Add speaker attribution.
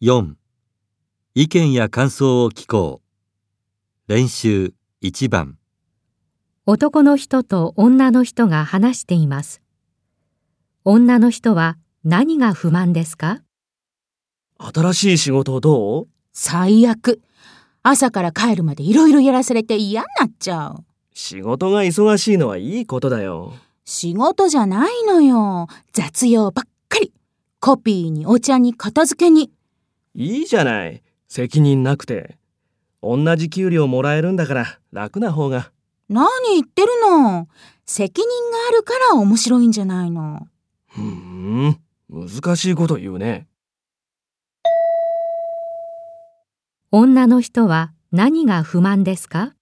Speaker 1: 4. 意見や感想を聞こう。練習1番、
Speaker 2: 男の人と女の人が話しています。女の人は何が不満ですか
Speaker 3: 新しい仕事どう
Speaker 4: 最悪。朝から帰るまでいろいろやらされて嫌になっちゃう。
Speaker 3: 仕事が忙しいのはいいことだよ。
Speaker 4: 仕事じゃないのよ。雑用ばっかり。コピーにお茶に片付けに。
Speaker 3: いいじゃない。責任なくて。同じ給料もらえるんだから楽な方が。
Speaker 4: 何言ってるの責任があるから面白いんじゃないの。
Speaker 3: ふーん、難しいこと言うね。
Speaker 2: 女の人は何が不満ですか